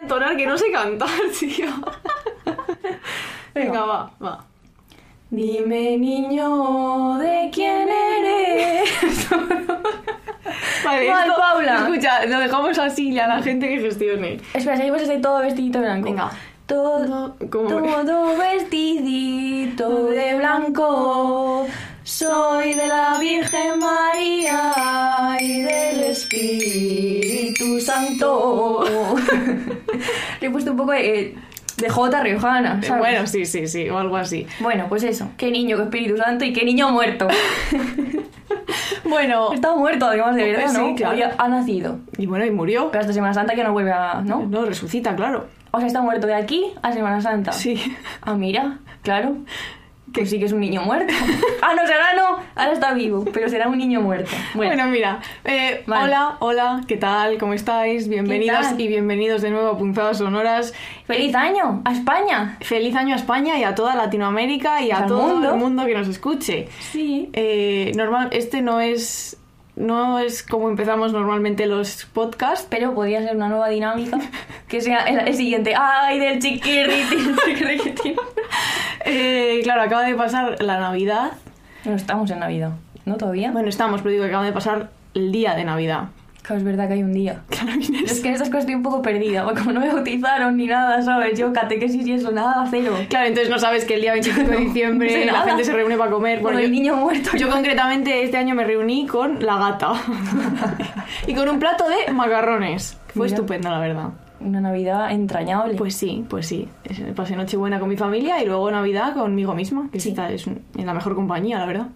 entonar que no sé cantar, tío. Venga, va, va. Dime, niño, ¿de quién eres? Vale, Mal, esto- Paula. Escucha, lo dejamos así y a la gente que gestione. Espera, seguimos así todo vestidito blanco. Venga. Todo, No, ¿cómo? todo vestidito de blanco. Soy de la Virgen María y del Espíritu Santo. Le he puesto un poco de, eh, de jota riojana. ¿sabes? Eh, Bueno, sí, sí, sí, o algo así. Bueno, pues eso. Qué niño, qué Espíritu Santo y qué niño muerto. Bueno, Está muerto, además, de verdad, Sí, ¿no? claro. Hoy ha- ha nacido. y bueno, y murió. Pero hasta Semana Santa que no vuelve a... ¿no? No, resucita, claro. O sea, está muerto de aquí a Semana Santa. Sí. Ah, mira, claro. Que sí que es un niño muerto. ah, no, será no. Ahora está vivo, pero será un niño muerto. Bueno, Bueno, mira. eh, Vale. Hola, hola, ¿qué tal? ¿Cómo estáis? Bienvenidas tal? y bienvenidos de nuevo a Punzadas Sonoras. feliz año a España. Feliz año a España y a toda Latinoamérica y a Al todo mundo. el mundo que nos escuche. Sí. Eh, normal, este no es, no es como empezamos normalmente los podcasts. Pero podría ser una nueva dinámica que sea el, el siguiente. ¡Ay, del chiquirritín! chiquirritín! Eh, claro, acaba de pasar la Navidad. No estamos en Navidad, ¿no? Todavía. Bueno, estamos, pero digo que acaba de pasar el día de Navidad. Claro, es verdad que hay un día. Claro, Inés. Es que en estas cosas estoy un poco perdida, porque como no me bautizaron ni nada, ¿sabes? Yo catequesis y eso, nada, cero. Claro, entonces no sabes que el día 25 de No, diciembre no sé la nada. gente se reúne para comer. Con Bueno, el yo, niño muerto. yo concretamente este año me reuní con la gata. y con un plato de macarrones. que Fue Mira. estupendo, la verdad. Una Navidad entrañable. Pues sí, pues sí. Es- Pasé Nochebuena con mi familia y luego Navidad conmigo misma, que Sí. Hmm. esta es un- en la mejor compañía, la verdad.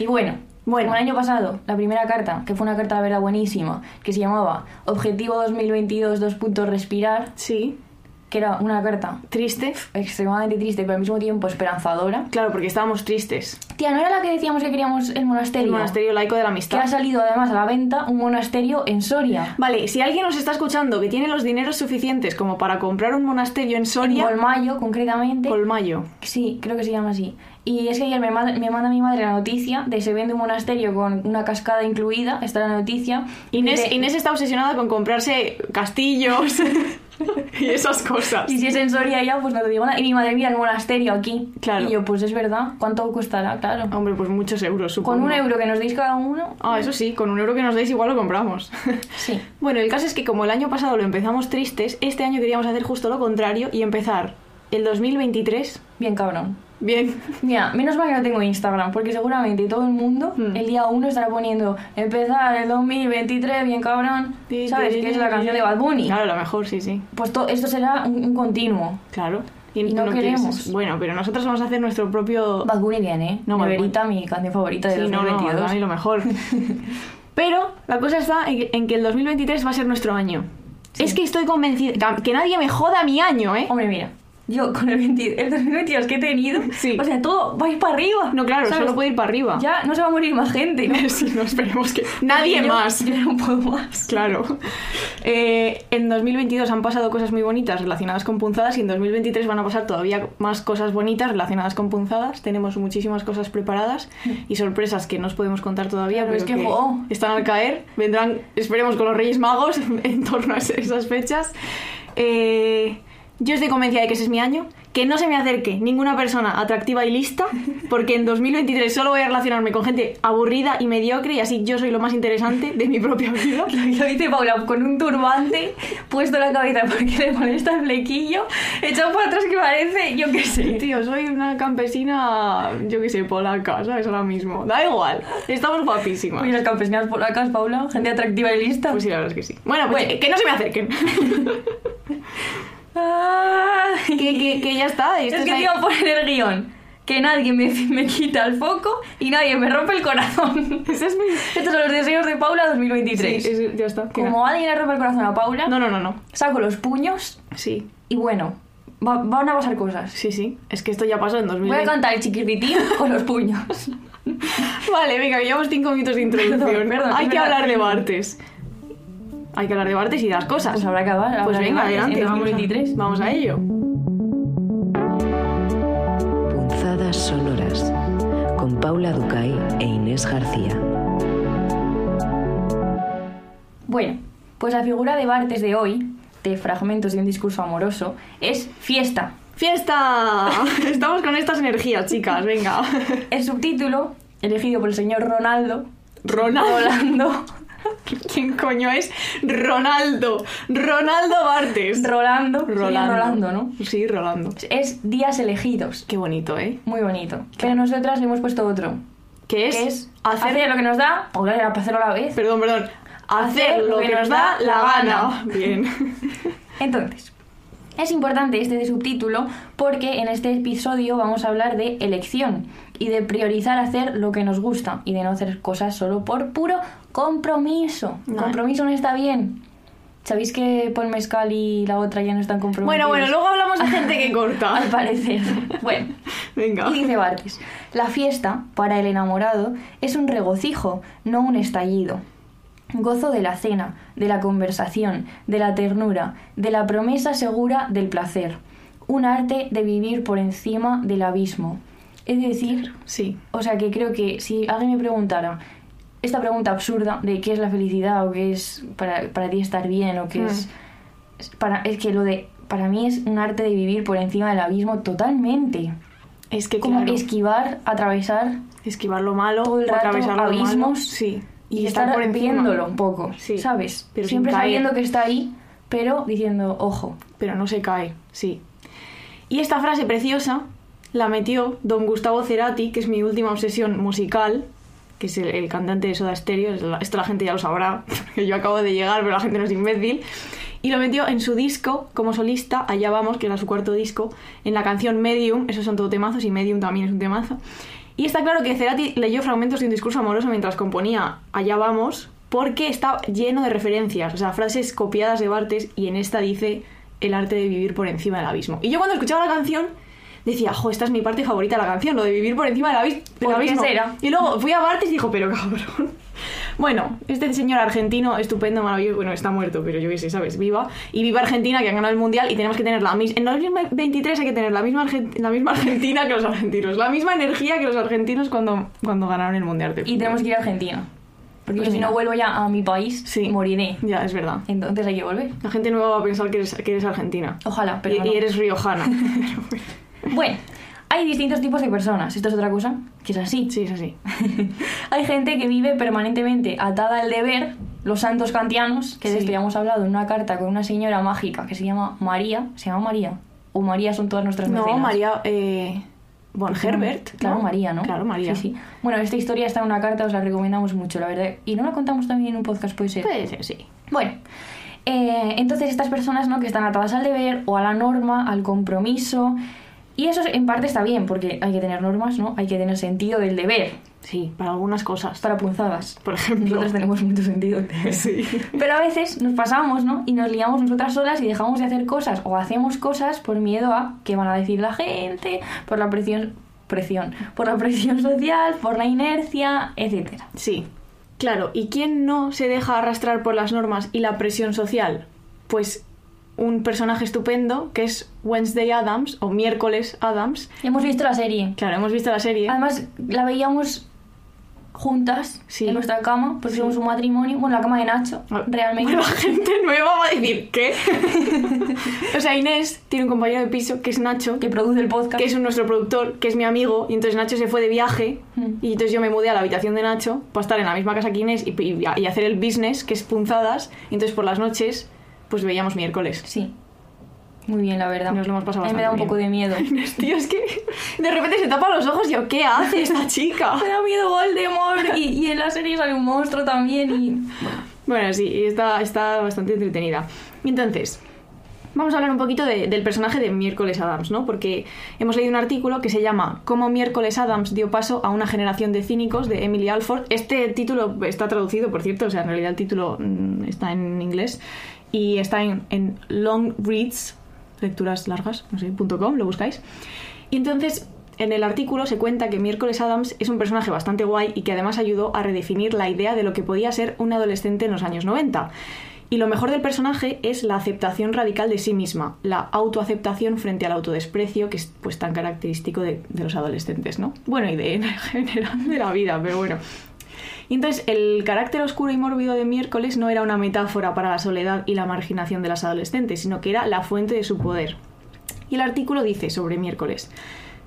Y bueno, Bueno. como el año pasado, la primera carta, que fue una carta, la verdad, buenísima, que se llamaba Objetivo 2022, dos puntos, respirar, Sí, que era una carta triste. extremadamente triste, pero al mismo tiempo esperanzadora. Claro, porque estábamos tristes. Tía, ¿no era la que decíamos que queríamos el monasterio? El monasterio laico de la Que amistad. ha salido además a la venta un monasterio en Soria. Vale, si alguien nos está escuchando que tiene los dineros suficientes como para comprar un monasterio en En Soria, Golmayo, concretamente. Colmayo. Sí, creo que se llama así. Y es que ayer me, ma- me manda mi madre la noticia de se vende un monasterio con una cascada incluida. Está la noticia. Inés, Dice- Inés está obsesionada con comprarse castillos y esas cosas. Y si es en Soria ya, pues no te digo nada. Y mi madre, mira, el monasterio aquí. Claro. Y yo, pues es verdad. ¿Cuánto costará? Claro. Hombre, pues muchos euros, supongo. Con un euro que nos deis cada uno. Ah, eso sí, con un euro que nos deis igual lo compramos. Sí. bueno, el caso es que como el año pasado lo empezamos tristes, este año queríamos hacer justo lo contrario y empezar el 2023 Bien cabrón. bien. Mira, menos mal que no tengo Instagram, porque seguramente todo el mundo Hmm. el día uno estará poniendo empezar el 2023, bien cabrón. ¿Sabes? Que es la canción de Bad Bunny. Claro, lo mejor, sí, sí. Pues to- esto será un, un continuo. Claro. Y, Y tú no quieres queremos. eso. Bueno, pero nosotros vamos a hacer nuestro propio... Bad Bunny bien, ¿eh? No, Bad Neverita, mi canción favorita de Sí, no, no, 2022. Bad Bunny lo mejor. Pero la cosa está en que- en que el 2023 va a ser nuestro año. Es que estoy convencida. Que nadie me joda mi año, ¿eh? Hombre, mira. Yo con el, 20 el 2022 que he tenido, Sí. o sea, todo vais para arriba. No, claro, ¿sabes? solo puede ir para arriba. Ya no se va a morir más gente. Sí, no esperemos que. Nadie Yo- más. Yo no puedo más. Claro. Eh, en 2022 han pasado cosas muy bonitas relacionadas con punzadas y en 2023 van a pasar todavía más cosas bonitas relacionadas con punzadas. Tenemos muchísimas cosas preparadas y sorpresas que no os podemos contar todavía, Claro, pero es que, que jo. están al caer. Vendrán, esperemos, con los Reyes Magos en torno a esas fechas. Eh, yo estoy convencida de que ese es mi año. Que no se me acerque ninguna persona atractiva y lista, porque en 2023 solo voy a relacionarme con gente aburrida y mediocre, y así yo soy lo más interesante de mi propia vida. Lo dice Paula con un turbante puesto en la cabeza porque le molesta el flequillo, echado para atrás que parece, yo qué sé. Tío, soy una campesina, yo qué sé, polaca, ¿sabes? Ahora mismo. Da igual, estamos guapísimas. Oye, las campesinas por acá, Paula, gente atractiva y lista. Pues sí, la verdad es que sí. Bueno, pues Bueno. que no se me acerquen. que, Ay. que- que ya está. esto es es que la- te iba a poner el guión. Que nadie me, me quita el foco y nadie me rompe el corazón. Ese este es mi... Estos son los deseos de Paula 2023. Sí, es- ya está. que Como alguien le rompe el corazón a Paula, na- No, no, no, no. saco los puños Sí, y bueno, va- van a pasar cosas. sí, sí. Es que esto ya pasó en Voy 2020. a cantar el chiquirritín con los puños. Vale, venga, que llevamos cinco minutos de introducción. Perdón, perdón, Hay es que verdad. hablar de Bartes. Hay que hablar de Bartes y las cosas. Pues habrá que acabar. Pues venga, adelante. Vamos vamos a- 23. Vamos a ello. Punzadas sonoras con Paula Ducay e Inés García. Bueno, pues la figura de Bartes de hoy de fragmentos de un discurso amoroso es fiesta. ¡Fiesta! Estamos con estas energías, chicas, venga. El subtítulo, elegido por el señor Ronaldo, Ronaldo. Rolando, ¿Quién coño es? Ronaldo. Ronaldo Bartes. Rolando, señor Rolando, ¿no? Sí, Rolando. Es días elegidos. Qué bonito, ¿eh? Muy bonito. Pero nosotras le hemos puesto otro. Que es, que es hacer... hacer, lo que nos da, o claro, hacerlo a la vez. Perdón, perdón. Hacer lo que nos da la gana. Bien. Entonces, es importante este subtítulo porque en este episodio vamos a hablar de elección y de priorizar hacer lo que nos gusta y de no hacer cosas solo por puro compromiso. No. Compromiso no está bien. ¿Sabéis que Paul Mescal y la otra ya no están Bueno, comprometidos? bueno, luego hablamos de gente que corta. Al parecer. Bueno. Venga. Y dice Bartes, la fiesta, para el enamorado, es un regocijo, no un estallido. Gozo de la cena, de la conversación, de la ternura, de la promesa segura del placer. Un arte de vivir por encima del abismo. Es decir, Sí. o sea que creo que si alguien me preguntara esta pregunta absurda de qué es la felicidad o qué es para, para ti estar bien o qué Mm. es... es Para, es que lo de... Para mí es un arte de vivir por encima del abismo totalmente Es que como claro, esquivar, atravesar esquivar lo malo, todo el rato atravesar lo malo. abismos Sí. y, estar estar, por encima. viéndolo un poco, Sí, ¿sabes? pero sin Siempre caer. sabiendo que está ahí, pero diciendo, ojo, pero no se cae, sí. Y esta frase preciosa la metió don Gustavo Cerati, que es mi última obsesión musical, que es el, el cantante de Soda Stereo, es la- esto la gente ya lo sabrá, que yo acabo de llegar, pero la gente no es imbécil, y lo metió en su disco como solista, Allá vamos, que era su cuarto disco, en la canción Medium, esos son todo temazos, y Medium también es un temazo. Y está claro que Cerati leyó fragmentos de un discurso amoroso mientras componía Allá vamos, porque está lleno de referencias, o sea, frases copiadas de Bartes, y en esta dice el arte de vivir por encima del abismo. Y yo cuando escuchaba la canción decía, jo, esta es mi parte favorita de la canción, lo de vivir por encima del, abis- del ¿Por qué abismo. será? Y luego fui a Bartes y dijo, pero cabrón. Bueno, este señor argentino estupendo, maravilloso, bueno, está muerto, pero yo qué sé, ¿sabes? Viva. Y viva Argentina, que ha ganado el Mundial y tenemos que tener la misma... En 2023 hay que tener la misma, Argen- la misma Argentina que los argentinos, la misma energía que los argentinos cuando, cuando ganaron el Mundial. de y fútbol. tenemos que ir a Argentina. Porque Pues si mira. no vuelvo ya a mi país, Sí. moriré. Ya, es verdad. Entonces hay que volver. La gente nueva va a pensar que eres, que eres argentina. Ojalá, pero Y, no. y eres riojana. Pero bueno. Bueno, hay distintos tipos de personas. Esto es otra cosa que es así. sí, es así. hay gente que vive permanentemente atada al deber, los santos kantianos, que de Sí. esto ya hemos hablado en una carta con una señora mágica que se llama María. ¿Se llama María? ¿O María son todas nuestras No, mecenas? María. Eh, von Herbert. Claro, María, ¿no? Claro, María. Sí, sí. Bueno, esta historia está en una carta, os la recomendamos mucho, la verdad. Y no la contamos también en un podcast, puede ser. Puede ser, Pues, sí. Bueno, eh, entonces estas personas ¿no? que están atadas al deber o a la norma, al compromiso. Y eso en parte está bien, porque hay que tener normas, ¿no? Hay que tener sentido del deber Sí, para algunas cosas. para punzadas. Por ejemplo. Nosotras tenemos mucho sentido del deber. Sí. Pero a veces nos pasamos, ¿no? Y nos liamos nosotras solas y dejamos de hacer cosas o hacemos cosas por miedo a qué van a decir la gente, por la presión, presión, por la presión social, por la inercia, etcétera. Sí. Claro, ¿y quién no se deja arrastrar por las normas y la presión social? Pues un personaje estupendo que es Wednesday Adams o miércoles Adams. Hemos visto la serie. Claro, hemos visto la serie. Además, la veíamos juntas Sí. en nuestra cama, porque somos un matrimonio, bueno, la cama de Nacho, Ah, realmente. La gente nueva va a decir, ¿qué? o sea, Inés tiene un compañero de piso que es Nacho, que produce el podcast. que es nuestro productor, que es mi amigo, y entonces Nacho se fue de viaje, Mm. y entonces yo me mudé a la habitación de Nacho para estar en la misma casa que Inés y, y- y hacer el business, que es punzadas, y entonces por las noches, pues veíamos miércoles. Sí. Muy bien, la verdad. Nos lo hemos pasado A mí me da un bastante poco de miedo. Tío, es que de repente se tapa los ojos y yo, ¿qué hace esta chica? Me da miedo Voldemort. Y, y en la serie sale un monstruo también. Y Bueno, sí, y está, está bastante entretenida. Y Entonces, vamos a hablar un poquito de- del personaje de Miércoles Adams, ¿no? Porque hemos leído un artículo que se llama Cómo Miércoles Adams dio paso a una generación de cínicos de Emily Alford. Este título está traducido, por cierto, o sea, en realidad el título mm, está en inglés y está en, en Long Reads, lecturas largas, no sé, punto .com, lo buscáis. Y entonces, en el artículo se cuenta que Miércoles Adams es un personaje bastante guay y que además ayudó a redefinir la idea de lo que podía ser un adolescente en los años 90. Y lo mejor del personaje es la aceptación radical de sí misma, la autoaceptación frente al autodesprecio, que es pues tan característico de, de los adolescentes, ¿no? Bueno, y de en general de la vida, pero bueno. Y entonces el carácter oscuro y mórbido de miércoles no era una metáfora para la soledad y la marginación de las adolescentes, sino que era la fuente de su poder. Y el artículo dice sobre miércoles,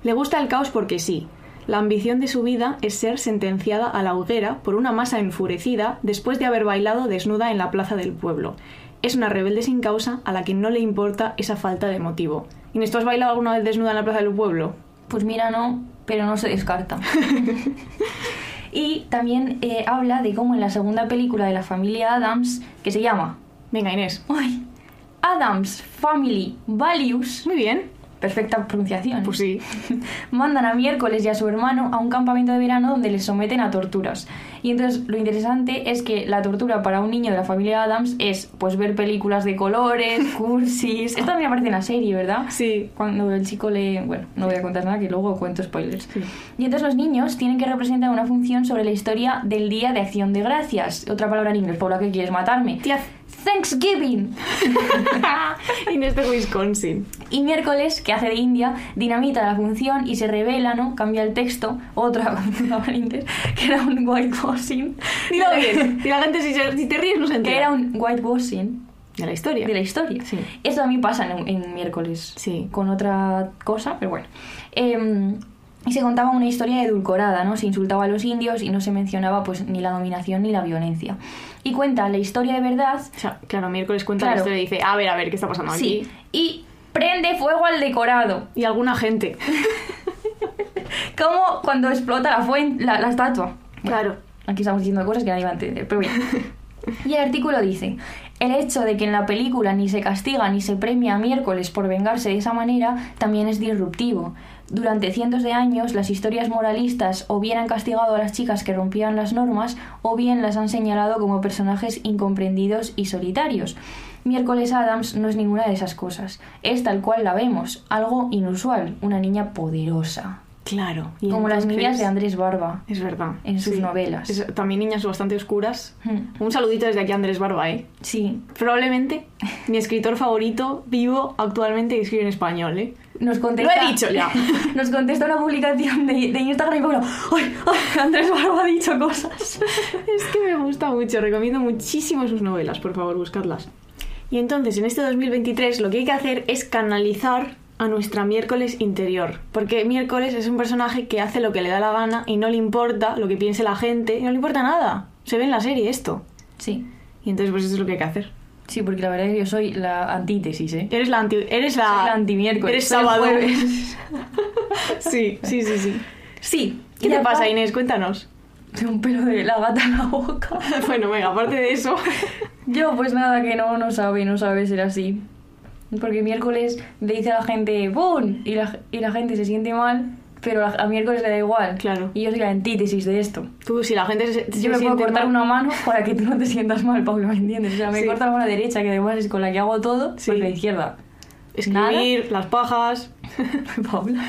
le gusta el caos porque sí. La ambición de su vida es ser sentenciada a la hoguera por una masa enfurecida después de haber bailado desnuda en la plaza del pueblo. Es una rebelde sin causa a la que no le importa esa falta de motivo. Inés, ¿tú has bailado alguna vez desnuda en la plaza del pueblo? Pues mira, no, pero no se descarta. y también eh, habla de cómo en la segunda película de la familia Adams, que se llama Venga, Inés. ay, Adams Family Values, Muy bien. perfecta pronunciación, Pues sí. mandan a miércoles y a su hermano a un campamento de verano donde les someten a torturas. Y entonces lo interesante es que la tortura para un niño de la familia Adams es pues ver películas de colores, cursis. Esto también aparece en la serie, ¿verdad? Sí. Cuando el chico le... Bueno, no voy a contar nada que luego cuento spoilers. Y entonces los niños tienen que representar una función sobre la historia del Día de Acción de Gracias. Otra palabra en inglés, Paula, que quieres matarme. Tía, ah, Thanksgiving. Inés de Wisconsin. Y miércoles, que hace de India, dinamita la función y se revela, ¿no? Cambia el texto, otra palabra en inglés, que era un whitewashing. Dilo bien. Y la gente, si, se- si te ríes, no se Que entera. era un whitewashing De la historia. de la historia. Sí. Eso a mí pasa en, en miércoles. Sí. Con otra cosa, pero bueno. Em, y se contaba una historia edulcorada, ¿no? Se insultaba a los indios y no se mencionaba pues ni la dominación ni la violencia. Y cuenta la historia de verdad. O sea, claro, miércoles cuenta Claro. la historia y dice, a ver, a ver, ¿qué está pasando Sí. aquí? Y prende fuego al decorado. Y alguna gente. Como cuando explota la fuente, la, la estatua. Claro. Aquí estamos diciendo cosas que nadie va a entender, pero bien. Y el artículo dice, el hecho de que en la película ni se castiga ni se premia a miércoles por vengarse de esa manera también es disruptivo. Durante cientos de años las historias moralistas o bien han castigado a las chicas que rompían las normas o bien las han señalado como personajes incomprendidos y solitarios. Miércoles Adams no es ninguna de esas cosas. Es tal cual la vemos, algo inusual, una niña poderosa. Claro. Y Como las entonces- niñas de Andrés Barba. Es verdad. en sus novelas. Es- también niñas bastante oscuras. Hmm. Un saludito desde aquí a Andrés Barba, ¿eh? Sí, Probablemente mi escritor favorito vivo actualmente que escribe en español, ¿eh? Nos contesta, Lo he dicho ya. Nos contesta una publicación de, de Instagram y bueno, ¡ay, ay! Andrés Barba ha dicho cosas. Es que me gusta mucho, recomiendo muchísimo sus novelas, por favor, buscadlas. Y entonces, en este 2023, lo que hay que hacer es canalizar a nuestra miércoles interior. Porque miércoles es un personaje que hace lo que le da la gana y no le importa lo que piense la gente, y no le importa nada. Se ve en la serie esto. Sí, Y entonces, pues eso es lo que hay que hacer. sí, porque la verdad es que yo soy la antítesis, ¿eh? Eres la anti. Eres la. Soy la antimiércoles, Eres soy el sábado. jueves. sí, sí, sí, sí. Sí. ¿Qué Y te aparte- pasa, Inés? Cuéntanos. Tengo un pelo de la gata en la boca. bueno, venga, aparte de eso. Yo, pues nada, que no, no sabe, no sabe ser así. Porque miércoles le dice a la gente ¡Bum! Y la, y la gente se siente mal, pero a, a miércoles le da igual. Claro. Y yo soy la antítesis de esto. Tú, si la gente se, se Yo me puedo siente cortar mal- una mano para que tú no te sientas mal, Paula, ¿me entiendes? O sea, me Sí. corta la mano derecha, que además es con la que hago todo, Sí. pues la izquierda. Escribir, las pajas. Paula.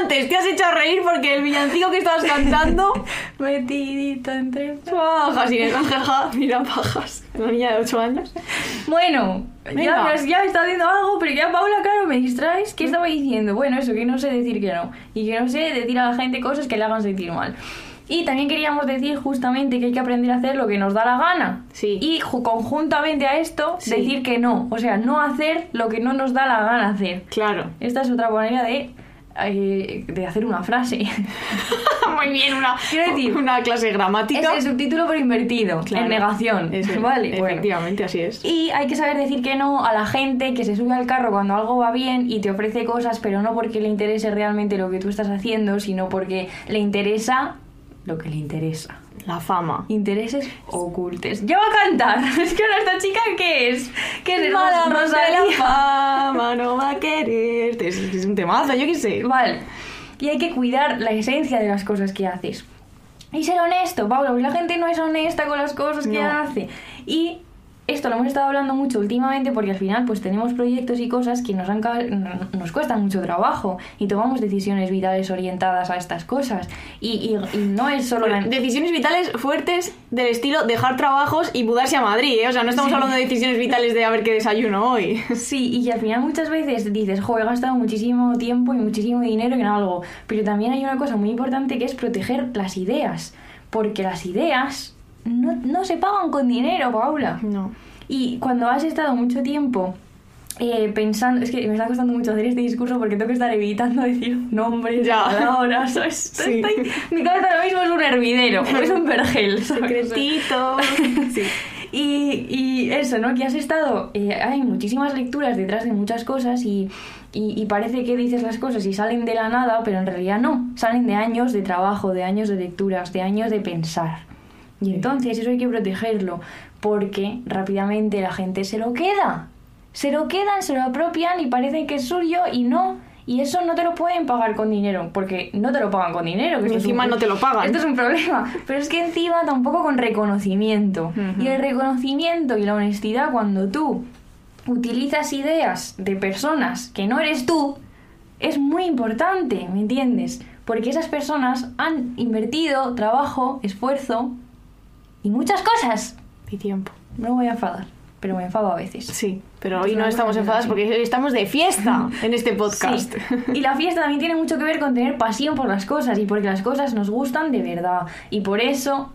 Antes te has hecho reír porque el villancico que estabas cantando. Metidita entre... Pajas, Inés, jajaja, mira pajas. Una niña de 8 años. Bueno, ya, Venga. me has- ya me está diciendo algo, pero ya, Paula, claro, me distraes. Mm. ¿Qué estaba diciendo? Bueno, eso, que no sé decir que no. Y que no sé decir a la gente cosas que le hagan sentir mal. Y también queríamos decir justamente que hay que aprender a hacer lo que nos da la gana. Sí. Y ju- conjuntamente a esto, Sí. decir que no. O sea, no hacer lo que no nos da la gana hacer. Claro. Esta es otra manera de, eh, de hacer una frase. Muy bien, una, Quiero decir- una clase es gramática. el subtítulo por invertido, Claro. en negación. Eso es. vale, bueno. Efectivamente, así es. Y hay que saber decir que no a la gente que se sube al carro cuando algo va bien y te ofrece cosas, pero no porque le interese realmente lo que tú estás haciendo, sino porque le interesa lo que le interesa. La fama. Intereses ocultes. ¡Ya va a cantar! Es que ahora esta chica, ¿qué es? ¿Qué es? Mala Rosalía. la fama, no va a quererte. Es, es un temazo, yo qué sé. Vale. Y hay que cuidar la esencia de las cosas que haces. Y ser honesto, Pablo, porque la gente no es honesta con las cosas que No. hace. Y esto lo hemos estado hablando mucho últimamente porque al final pues tenemos proyectos y cosas que nos, han, ca- nos cuestan mucho trabajo y tomamos decisiones vitales orientadas a estas cosas. Y, y- y no es solo la... Decisiones vitales fuertes del estilo dejar trabajos y mudarse a Madrid, ¿eh? O sea, no estamos Sí. hablando de decisiones vitales de a ver qué desayuno hoy. Sí, y al final muchas veces dices, jo, he gastado muchísimo tiempo y muchísimo dinero en algo, pero también hay una cosa muy importante que es proteger las ideas. Porque las ideas no, no se pagan con dinero, Paula. No. Y cuando has estado mucho tiempo eh, pensando, es que me está costando mucho hacer este discurso porque tengo que estar evitando decir nombres, Ya. palabras, ¿sabes? Sí. Estoy- mi cabeza ahora mismo es un hervidero, es un vergel, ¿sabes? Secretitos. sí. Y, y eso, ¿no? Que has estado. eh, hay muchísimas lecturas detrás de muchas cosas y, y- y parece que dices las cosas y salen de la nada, pero en realidad no. Salen de años de trabajo, de años de lecturas, de años de pensar. Y entonces eso hay que protegerlo, porque rápidamente la gente se lo queda. Se lo quedan, se lo apropian y parece que es suyo y no. Y eso no te lo pueden pagar con dinero, porque no te lo pagan con dinero. que Y esto es un- encima no te lo pagan. Esto es un problema. Pero es que encima tampoco con reconocimiento. Ujú. Y el reconocimiento y la honestidad cuando tú utilizas ideas de personas que no eres tú es muy importante, ¿me entiendes? Porque esas personas han invertido trabajo, esfuerzo y muchas cosas. Y tiempo. No voy a enfadar, pero me enfado a veces. Sí, pero Pues hoy no estamos enfadadas porque hoy estamos de fiesta en este podcast. Sí. Y la fiesta también tiene mucho que ver con tener pasión por las cosas y porque las cosas nos gustan de verdad. Y por eso,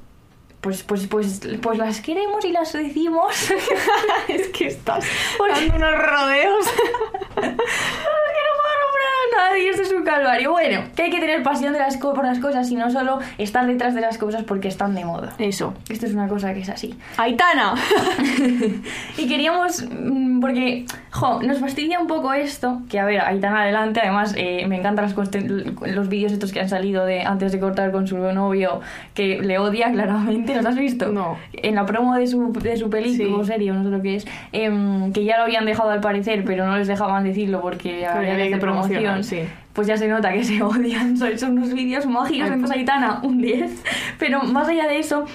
pues, pues, pues, pues las queremos y las decimos. es que estás ¿Por qué? dando unos rodeos. Es que no puedo nombrar a nadie, esto es un calvario. Bueno, que hay que tener pasión de las co- por las cosas y no solo estar detrás de las cosas porque están de moda. Eso. Esto es una cosa que es así. Aitana. Y queríamos, mm, porque, jo, nos fastidia un poco esto, que a ver, ahí tan adelante, además eh, me encantan las cueste- los vídeos estos que han salido de antes de cortar con su novio, que le odia claramente, ¿los has visto? No. En la promo de su, de su película, Sí. o serie, o no sé lo que es, em, que ya lo habían dejado al parecer, pero no les dejaban decirlo porque Porque había que hacer promoción. sí. Pues ya se nota que se odian, son, son unos vídeos mágicos, Ay, entonces Aitana, un 10. Pero más allá de eso,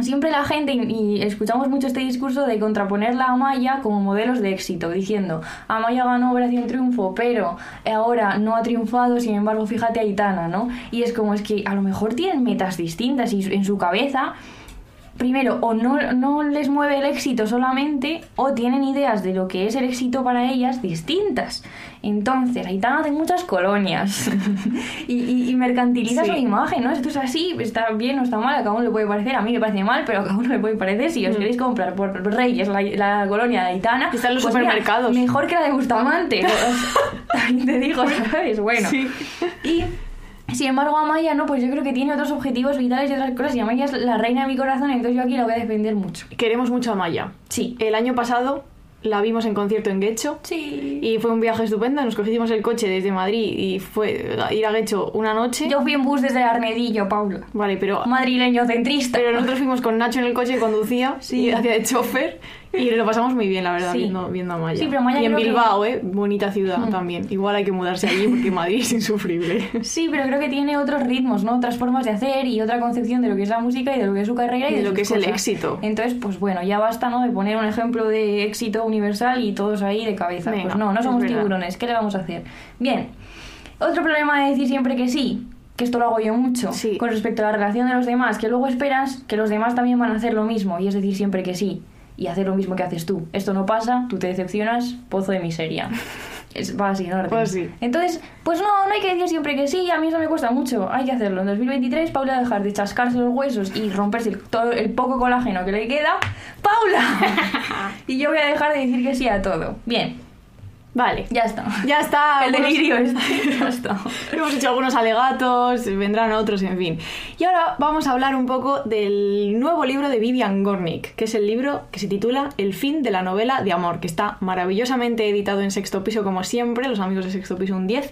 siempre la gente, y y escuchamos mucho este discurso de contraponer la Amaya como modelos de éxito, diciendo, Amaya ganó Operación Triunfo, pero ahora no ha triunfado, sin embargo, fíjate a Aitana, ¿no? Y es como, es que a lo mejor tienen metas distintas y en su cabeza primero, o no, no les mueve el éxito solamente, o tienen ideas de lo que es el éxito para ellas distintas. Entonces, Aitana de muchas colonias y, y- y mercantiliza Sí. su imagen, ¿no? Esto es así, está bien o está mal, a cada uno le puede parecer, a mí me parece mal, pero a cada uno le puede parecer. Si os queréis comprar por Reyes la, la colonia de Aitana, Mm. Están los pues mira, supermercados. mejor que la de Bustamante. También te digo, ¿sabes? Bueno. Sí. Y sin embargo, Amaya no, pues yo creo que tiene otros objetivos vitales y otras cosas. Y Amaya es la reina de mi corazón, entonces yo aquí la voy a defender mucho. Queremos mucho a Maya. Sí. El año pasado la vimos en concierto en Guecho. Sí. Y fue un viaje estupendo, nos cogimos el coche desde Madrid y fue a ir a Guecho una noche. Yo fui en bus desde Arnedillo, Paula. Vale, pero, Madrileño centrista. pero nosotros fuimos con Nacho en el coche que conducía Sí. y hacía de chofer y lo pasamos muy bien, la verdad, Sí. viendo, viendo a Maya. Sí, pero Maya y en creo que- Bilbao, ¿eh? Bonita ciudad también. Igual hay que mudarse allí porque Madrid es insufrible. Sí, pero creo que tiene otros ritmos, ¿no? Otras formas de hacer y otra concepción de lo que es la música y de lo que es su carrera y De lo sus que es el cosas. éxito. Entonces, pues bueno, ya basta, ¿no? De poner un ejemplo de éxito universal y todos ahí de cabeza. Venga, pues no, no es somos verdad. tiburones, ¿qué le vamos a hacer? Bien, otro problema de decir siempre que sí, que esto lo hago yo mucho, Sí. con respecto a la relación de los demás, que luego esperas que los demás también van a hacer lo mismo y es decir siempre que sí. Y hacer lo mismo que haces tú. Esto no pasa, tú te decepcionas, pozo de miseria. Es, va así, en orden. Va así. Entonces, pues no, no hay que decir siempre que sí, a mí eso me cuesta mucho, hay que hacerlo. En 2023, Paula dejar de chascarse los huesos y romperse el, todo el poco colágeno que le queda. ¡Paula! y yo voy a dejar de decir que sí a todo. Bien, Vale. ya está. Ya está. El algunos- delirio está. Ya está. Hemos hecho algunos alegatos, vendrán otros, en fin. Y ahora vamos a hablar un poco del nuevo libro de Vivian Gornick, que es el libro que se titula El fin de la novela de amor, que está maravillosamente editado en sexto piso, como siempre, los amigos de sexto piso un 10.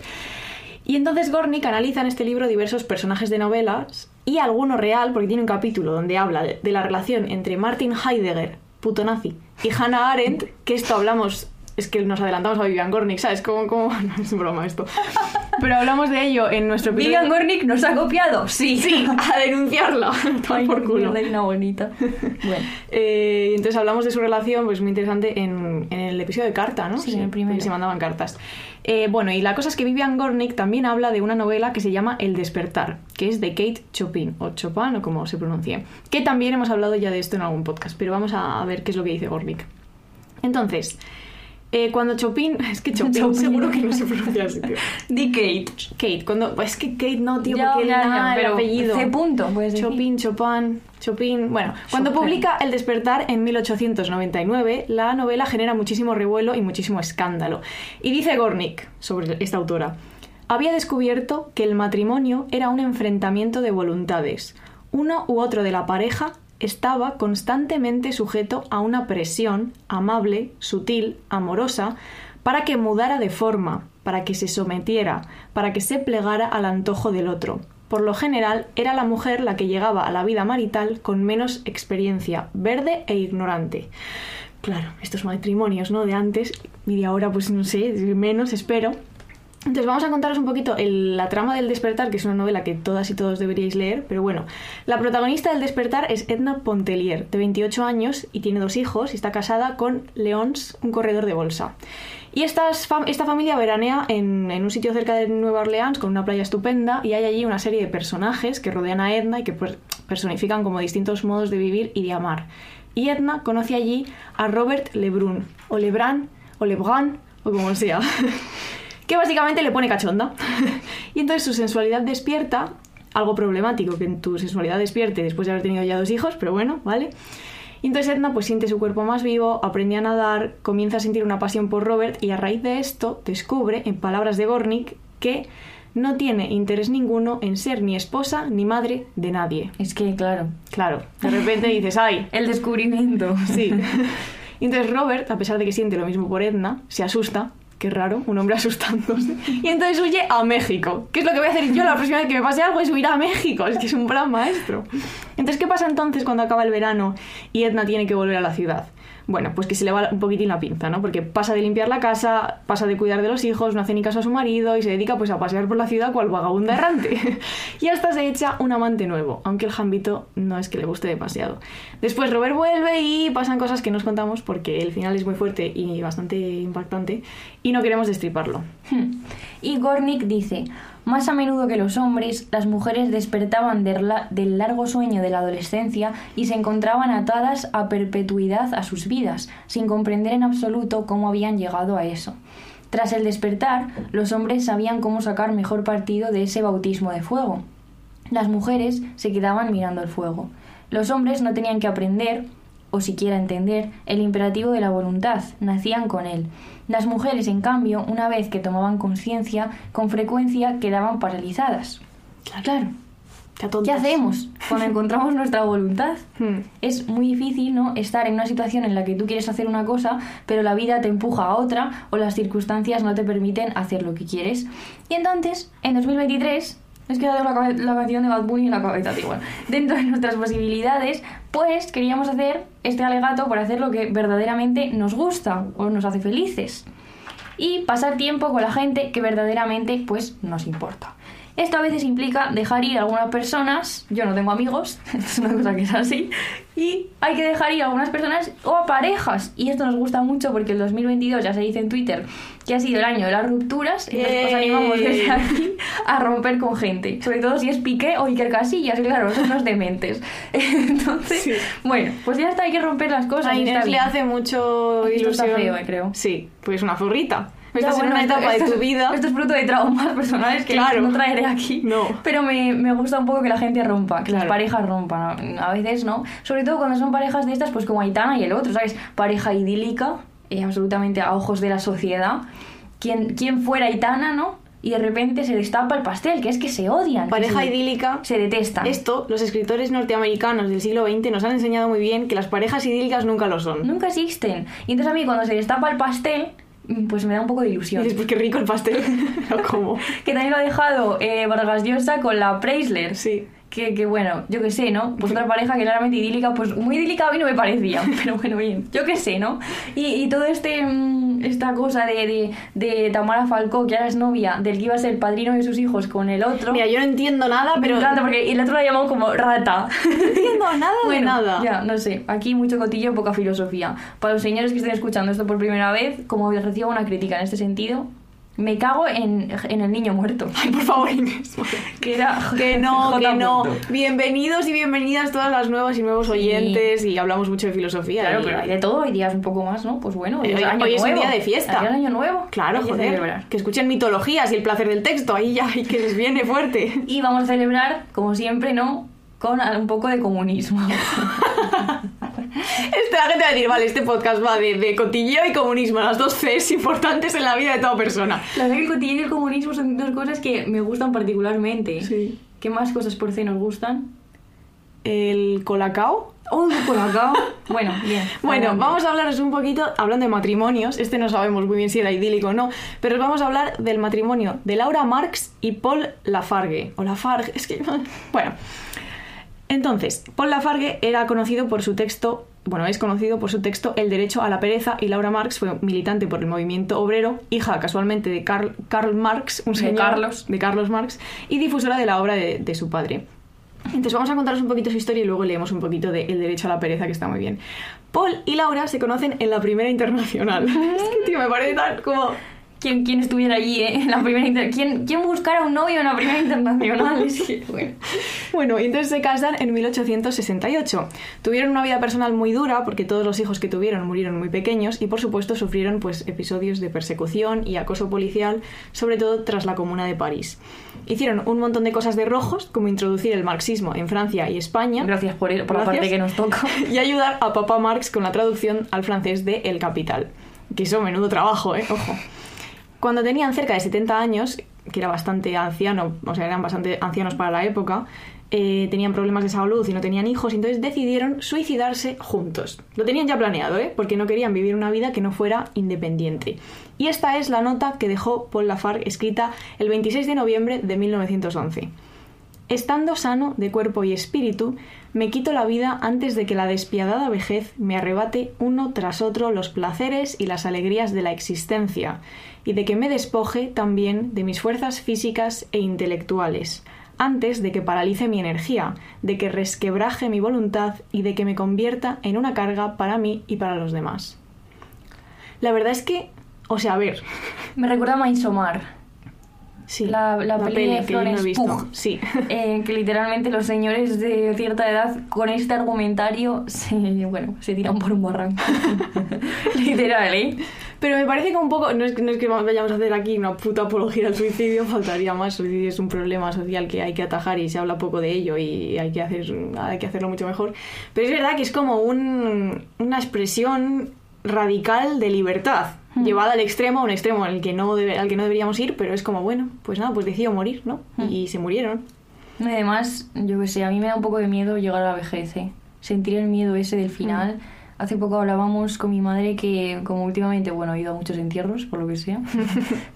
Y entonces Gornick analiza en este libro diversos personajes de novelas y alguno real, porque tiene un capítulo donde habla de de la relación entre Martin Heidegger, puto nazi, y Hannah Arendt, que esto hablamos, es que nos adelantamos a Vivian Gornick, ¿sabes? Como, como, no es broma esto. Pero hablamos de ello en nuestro episodio. Vivian Gornick nos ha copiado, sí. Sí, a denunciarla. Toma Ay, por culo. mierda, hay una bonita. Bueno. Eh, y entonces hablamos de su relación, pues muy interesante, en, en el episodio de Carta, ¿no? Sí, en el primero. porque se mandaban cartas. Eh, bueno, y la cosa es que Vivian Gornick también habla de una novela que se llama El despertar, que es de Kate Chopin, o Chopin, o como se pronuncie, que también hemos hablado ya de esto en algún podcast, pero vamos a ver qué es lo que dice Gornick. Entonces, eh, cuando Chopin. Es que Chopin, Chopin. seguro que no se pronuncia así, tío. Di Kate. Kate, cuando. pues Es que Kate no, tío, Ya, porque ya, él ya, nada, el pero apellido. C punto, puedes decir. Chopin, Pues Chopin, Chopin. Bueno, cuando Chopin. publica El despertar en 1899, la novela genera muchísimo revuelo y muchísimo escándalo. Y dice Gornick sobre esta autora. Había descubierto que el matrimonio era un enfrentamiento de voluntades. Uno u otro de la pareja estaba constantemente sujeto a una presión amable, sutil, amorosa, para que mudara de forma, para que se sometiera, para que se plegara al antojo del otro. Por lo general, era la mujer la que llegaba a la vida marital con menos experiencia, verde e ignorante. Claro, estos matrimonios, ¿no? De antes y de ahora, pues no sé, menos espero. Entonces vamos a contaros un poquito el- la trama del despertar, que es una novela que todas y todos deberíais leer, pero bueno, la protagonista del despertar es Edna Pontelier, de 28 años y tiene dos hijos y está casada con Leons, un corredor de bolsa. Y estas fam- esta familia veranea en, en un sitio cerca de Nueva Orleans con una playa estupenda y hay allí una serie de personajes que rodean a Edna y que pues, personifican como distintos modos de vivir y de amar. Y Edna conoce allí a Robert Lebrun, o Lebrun, o Lebrun, o como sea. que básicamente le pone cachonda. y entonces su sensualidad despierta, algo problemático que en tu sensualidad despierte después de haber tenido ya dos hijos, pero bueno, ¿vale? Y entonces Edna pues siente su cuerpo más vivo, aprende a nadar, comienza a sentir una pasión por Robert y a raíz de esto descubre, en palabras de Gornick, que no tiene interés ninguno en ser ni esposa ni madre de nadie. Es que, claro, Claro, de repente dices, ay, el descubrimiento. Sí. Y entonces Robert, a pesar de que siente lo mismo por Edna, se asusta. Qué raro, un hombre asustándose. Y entonces huye a México. ¿Qué es lo que voy a hacer yo la próxima vez que me pase algo? Es huir a México. Es que es un gran maestro. Entonces, ¿qué pasa entonces cuando acaba el verano y Edna tiene que volver a la ciudad? Bueno, pues que se le va un poquitín la pinza, ¿no? Porque pasa de limpiar la casa, pasa de cuidar de los hijos, no hace ni caso a su marido y se dedica pues a pasear por la ciudad cual vagabunda errante. y hasta se echa un amante nuevo, aunque el jambito no es que le guste demasiado. Después Robert vuelve y pasan cosas que no os contamos porque el final es muy fuerte y bastante impactante y no queremos destriparlo. Y Gornick dice, más a menudo que los hombres, las mujeres despertaban del, la- del largo sueño de la adolescencia y se encontraban atadas a perpetuidad a sus vidas, sin comprender en absoluto cómo habían llegado a eso. Tras el despertar, los hombres sabían cómo sacar mejor partido de ese bautismo de fuego. Las mujeres se quedaban mirando el fuego. Los hombres no tenían que aprender, o siquiera entender, el imperativo de la voluntad, nacían con él. Las mujeres, en cambio, una vez que tomaban conciencia, con frecuencia quedaban paralizadas. Claro. ¿Qué hacemos cuando encontramos nuestra voluntad? Hmm. Es muy difícil, ¿no? Estar en una situación en la que tú quieres hacer una cosa, pero la vida te empuja a otra o las circunstancias no te permiten hacer lo que quieres. Y entonces, en 2023, es que ya tengo la, cabe- la canción de Bad Bunny en la cabeza, tío. Bueno, dentro de nuestras posibilidades, pues queríamos hacer este alegato por hacer lo que verdaderamente nos gusta o nos hace felices y pasar tiempo con la gente que verdaderamente pues nos importa. Esto a veces implica dejar ir a algunas personas, yo no tengo amigos, es una cosa que es así, y hay que dejar ir a algunas personas o a parejas, y esto nos gusta mucho porque el 2022 ya se dice en Twitter que ha sido el año de las rupturas, entonces os Yay. animamos desde aquí a romper con gente, sobre todo si es Piqué o Iker Casillas, que claro, son unos dementes. Entonces, Sí. bueno, pues ya está, hay que romper las cosas. Pues A y está Inés le bien. hace mucho Esto ilusión. está feo, eh, creo. Sí, pues una zurrita. Ya, Estás en bueno, una esto- etapa de esto tu es- vida. Esto es fruto de traumas personales que Claro. no traeré aquí. No. Pero me, me gusta un poco que la gente rompa, que las Claro. parejas rompan. A veces no. Sobre todo cuando son parejas de estas, pues como Aitana y el otro, ¿sabes? Pareja idílica, eh, absolutamente a ojos de la sociedad. Quien, quien fuera Aitana, ¿no? Y de repente se destapa el pastel, que es que se odian. que Pareja se- idílica. Se detestan. Esto, los escritores norteamericanos del siglo XX nos han enseñado muy bien que las parejas idílicas nunca lo son. Nunca existen. Y entonces a mí cuando se destapa el pastel, mm, pues me da un poco de Y ilusión. dices, pues qué rico el pastel. Lo como. que también lo ha dejado eh, Vargas Llosa con la Preisler. Sí. Que, que bueno, yo que sé, ¿no? Pues otra pareja que claramente idílica, pues muy idílica a mí no me parecía, pero bueno, bien, yo que sé, ¿no? Y, y todo este, mm, esta cosa de, de, de Tamara Falcó, que ahora es novia, del que iba a ser padrino de sus hijos con el otro. Mira, yo no entiendo nada, me pero. encanta, porque el otro la llamó como rata. No entiendo nada de Bueno, nada. Ya, no sé. Aquí mucho cotillo, poca filosofía. Para los señores que estén escuchando esto por primera vez, como recibo una crítica en este sentido, Me cago en, en el niño muerto. Ay, por favor, Inés. Que era. Que no, J. que no. punto. Bienvenidos y bienvenidas todas las nuevas y nuevos oyentes y hablamos mucho de filosofía. Claro, y- pero hay de todo, hoy día es un poco más, ¿no? Pues bueno, hoy, Eh, es año hoy es un nuevo. día de fiesta. Hoy es año nuevo. Claro, Hay que celebrar. joder. Que escuchen mitologías y el placer del texto, ahí ya y que les viene fuerte. Y vamos a celebrar, como siempre, ¿no? Con un poco de comunismo. Este, la gente va a decir, vale, este podcast va de, de cotilleo y comunismo, las dos Cs importantes en la vida de toda persona. La verdad que el cotillo y el comunismo son dos cosas que me gustan particularmente. Sí. ¿Qué más cosas por C nos gustan? El colacao. ¡Oh, por acá! bueno, bien. Bueno, adelante. vamos a hablaros un poquito, hablando de matrimonios, este no sabemos muy bien si era idílico o no, pero os vamos a hablar del matrimonio de Laura Marx y Paul Lafargue. O Lafargue, es que... Bueno. Entonces, Paul Lafargue era conocido por su texto, bueno, es conocido por su texto El derecho a la pereza y Laura Marx fue militante por el movimiento obrero, hija casualmente de Carl, Karl Marx, un De señor Carlos. de Carlos Marx, y difusora de la obra de, de su padre. Entonces vamos a contaros un poquito su historia y luego leemos un poquito de El derecho a la pereza, que está muy bien. Paul y Laura se conocen en la Primera Internacional. es que, tío, me parece tan como... ¿Quién, quién estuviera allí, eh? En la primera inter- ¿Quién, ¿Quién buscara un novio en la primera internacional? Es que, bueno. Bueno, y entonces se casan en 1868. Tuvieron una vida personal muy dura porque todos los hijos que tuvieron murieron muy pequeños y por supuesto sufrieron pues episodios de persecución y acoso policial, sobre todo tras la Comuna de París. Hicieron un montón de cosas de rojos, como introducir el marxismo en Francia y España. Gracias por, por la Gracias. parte que nos toca. Y ayudar a Papá Marx con la traducción al francés de El Capital. Que eso, menudo trabajo, ¿eh? Ojo. Cuando tenían cerca de 70 años, que era bastante anciano, o sea, eran bastante ancianos para la época, eh, tenían problemas de salud y no tenían hijos, entonces decidieron suicidarse juntos. Lo tenían ya planeado, ¿eh? Porque no querían vivir una vida que no fuera independiente. Y esta es la nota que dejó Paul Lafargue escrita el 26 de noviembre de 1911. Estando sano de cuerpo y espíritu, me quito la vida antes de que la despiadada vejez me arrebate uno tras otro los placeres y las alegrías de la existencia, y de que me despoje también de mis fuerzas físicas e intelectuales, antes de que paralice mi energía, de que resquebraje mi voluntad y de que me convierta en una carga para mí y para los demás. La verdad es que, o sea, a ver, Me recuerda a Midsommar, sí, La- la que peli de yo no he Florence visto, Pugh. sí. eh, que literalmente los señores de cierta edad con este argumentario se, bueno, se tiran por un barranco. Literal, ¿eh? Pero me parece que un poco, no es, que- no es que vayamos a hacer aquí una puta apología al suicidio, faltaría más, el suicidio es un problema social que hay que atajar y se habla poco de ello y hay que, hacer, hay que hacerlo mucho mejor. Pero es verdad que es como un- una expresión radical de libertad, llevada al extremo, a un extremo al que, no debe- al que no deberíamos ir, pero es como, bueno, pues nada, pues decido morir, ¿no? Y se murieron. Y Además, yo qué sé, a mí me da un poco de miedo llegar a la vejez, ¿eh? Sentir el miedo ese del final. Mm. Hace poco hablábamos con mi madre que, como últimamente, bueno, he ido a muchos entierros, por lo que sea,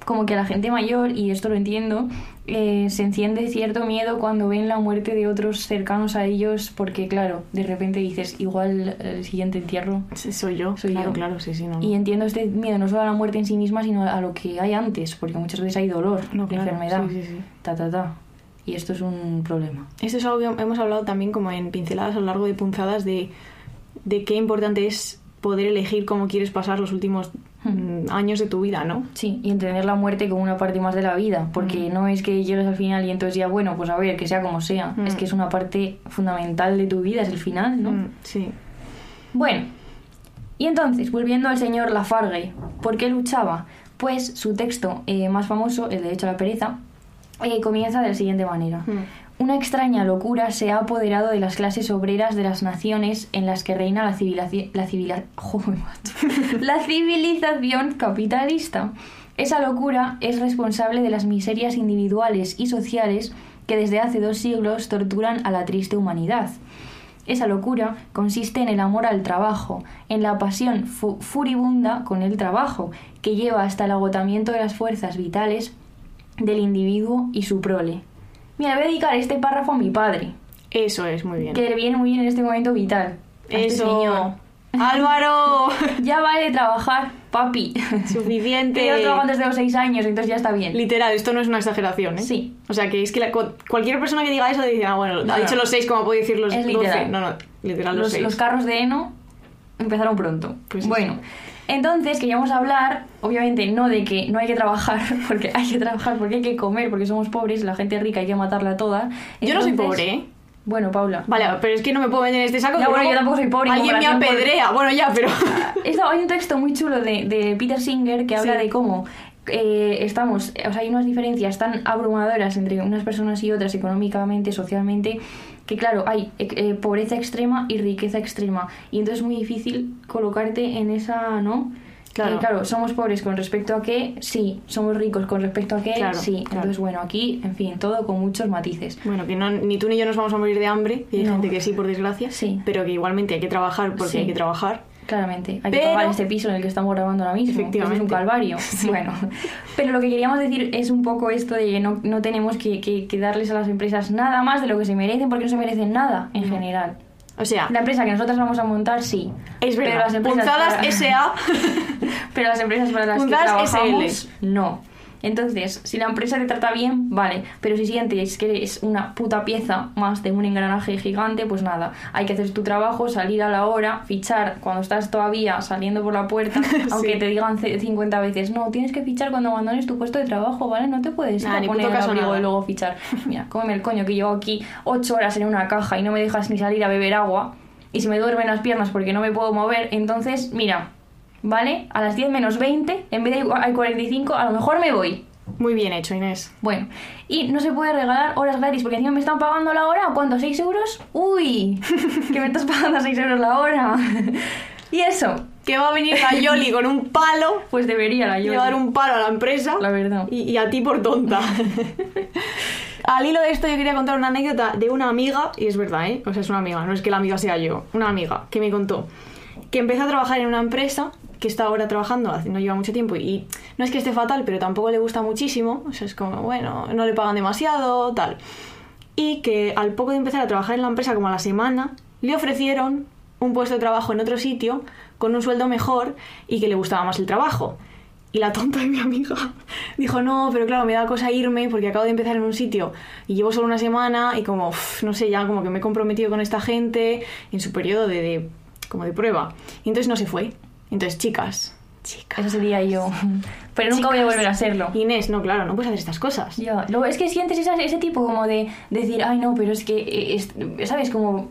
como que a la gente mayor, y esto lo entiendo, eh, se enciende cierto miedo cuando ven la muerte de otros cercanos a ellos, porque claro, de repente dices, igual el siguiente entierro Sí, Soy yo, Soy claro, yo. claro, sí, sí, no. no. y entiendo este miedo no solo a la muerte en sí misma, sino a lo que hay antes, porque muchas veces hay dolor, No, claro, enfermedad, sí, sí, sí. ta, ta, ta. Y esto es un problema. Esto es algo que hemos hablado también como en pinceladas a lo largo de punzadas de, de qué importante es poder elegir cómo quieres pasar los últimos Hmm. mm, años de tu vida, ¿no? Sí, y entender la muerte como una parte más de la vida, porque no es que llegues al final y entonces ya, bueno, pues a ver, que sea como sea, Mm. es que es una parte fundamental de tu vida, es el final, ¿no? Mm, Sí. Bueno, y entonces, volviendo al señor Lafargue, ¿por qué luchaba? Pues su texto eh, más famoso, el derecho a la pereza, eh, comienza de la siguiente manera. Mm. Una extraña locura se ha apoderado de las clases obreras de las naciones en las que reina la, civilaci- la, civila- Joder, macho. la civilización capitalista. Esa locura es responsable de las miserias individuales y sociales que desde hace dos siglos torturan a la triste humanidad. Esa locura consiste en el amor al trabajo, en la pasión fu- furibunda con el trabajo, que lleva hasta el agotamiento de las fuerzas vitales del individuo y su prole. Mira, voy a dedicar este párrafo a mi padre, Eso es, muy bien. que le viene muy bien en este momento vital. A este señor. Eso. Álvaro, Ya vale trabajar, papi. Que suficiente. yo trabajo desde los seis años, entonces ya está bien. Literal, esto no es una exageración, ¿eh? Sí. O sea, que es que la- cu- cualquier persona que diga eso dice, ah, bueno, No, ha dicho no. los seis, como puede decir los Es 12. literal. No, no, literal los, los, seis. los carros de heno empezaron pronto. Pues sí. bueno, Entonces queríamos hablar, obviamente no de que no hay que trabajar, porque hay que trabajar, porque hay que comer, porque somos pobres, la gente rica hay que matarla toda. Yo no soy Entonces- pobre, ¿eh? Bueno, Paula. Vale, pero es que no me puedo meter en este saco. Ya, que bueno, luego yo tampoco soy pobre, Alguien me comparación con- apedrea. Bueno, ya, pero. Esto- hay un texto muy chulo de, de Peter Singer que habla Sí. de cómo eh, estamos, o sea, hay unas diferencias tan abrumadoras entre unas personas y otras económicamente, socialmente, que claro, hay eh, eh, pobreza extrema y riqueza extrema. Y entonces es muy difícil colocarte en esa, ¿no? Claro. Eh, claro, somos pobres con respecto a qué, sí. Somos ricos con respecto a qué, Claro, sí. claro. Entonces, bueno, aquí, en fin, todo con muchos matices. Bueno, que no, ni tú ni yo nos vamos a morir de hambre. Y hay No. gente que sí, por desgracia. Sí. Pero que igualmente hay que trabajar porque Sí. hay que trabajar. Claramente, hay que Pero- pagar este piso en el que estamos grabando ahora mismo. Efectivamente. Es un calvario. Sí. Bueno, pero lo que queríamos decir es un poco esto de que no, no tenemos que, que- que darles a las empresas nada más de lo que se merecen porque no se merecen nada en general. O sea, La empresa que nosotras vamos a montar, sí. es Pero verdad. las empresas Punzadas para- SA. Pero las empresas para las Puntadas que trabajamos, no. Entonces, si la empresa te trata bien, vale. Pero si sientes que eres una puta pieza más de un engranaje gigante, pues nada. Hay que hacer tu trabajo, salir a la hora, fichar cuando estás todavía saliendo por la puerta, aunque te digan ce- 50 veces, no, tienes que fichar cuando abandones tu puesto de trabajo, ¿vale? No te puedes ir Nah, a ni poner puto el caso, eh. abrigo nada. y luego fichar. Mira, cómeme el coño que llevo aquí 8 horas en una caja y no me dejas ni salir a beber agua. Y se me duermen las piernas porque no me puedo mover. Entonces, mira, ¿vale? A las 10 menos 20, en vez de al 45, a lo mejor me voy. Muy bien hecho, Inés. Bueno, y no se puede regalar horas gratis porque encima me están pagando la hora, ¿cuánto? ¿6 euros? ¡Uy! Que me estás pagando 6 euros la hora. y eso, Que va a venir la Yoli con un palo. pues debería la yo. Llevar un palo a la empresa. La verdad. Y, y a ti por tonta. Al hilo de esto yo quería contar una anécdota de una amiga, y es verdad, ¿eh? O sea, es una amiga, no es que la amiga sea yo, una amiga que me contó que empezó a trabajar en una empresa que está ahora trabajando, hace- no lleva mucho tiempo, y no es que esté fatal, pero tampoco le gusta muchísimo, o sea, es como, bueno, no le pagan demasiado, tal. Y que al poco de empezar a trabajar en la empresa, como a la semana, le ofrecieron un puesto de trabajo en otro sitio con un sueldo mejor y que le gustaba más el trabajo. Y la tonta de mi amiga dijo, no, pero claro, me da cosa irme porque acabo de empezar en un sitio y llevo solo una semana y como, "Uf, no sé, ya como que me he comprometido con esta gente en su periodo de, de- como de prueba. Y entonces no se fue. Entonces, chicas, chicas. Eso sería yo. Pero nunca voy a volver a hacerlo. Inés, no, claro, no puedes hacer estas cosas. Ya, luego es que sientes esa- ese tipo como de decir, ay no, pero es que, eh, es- ¿sabes? Como,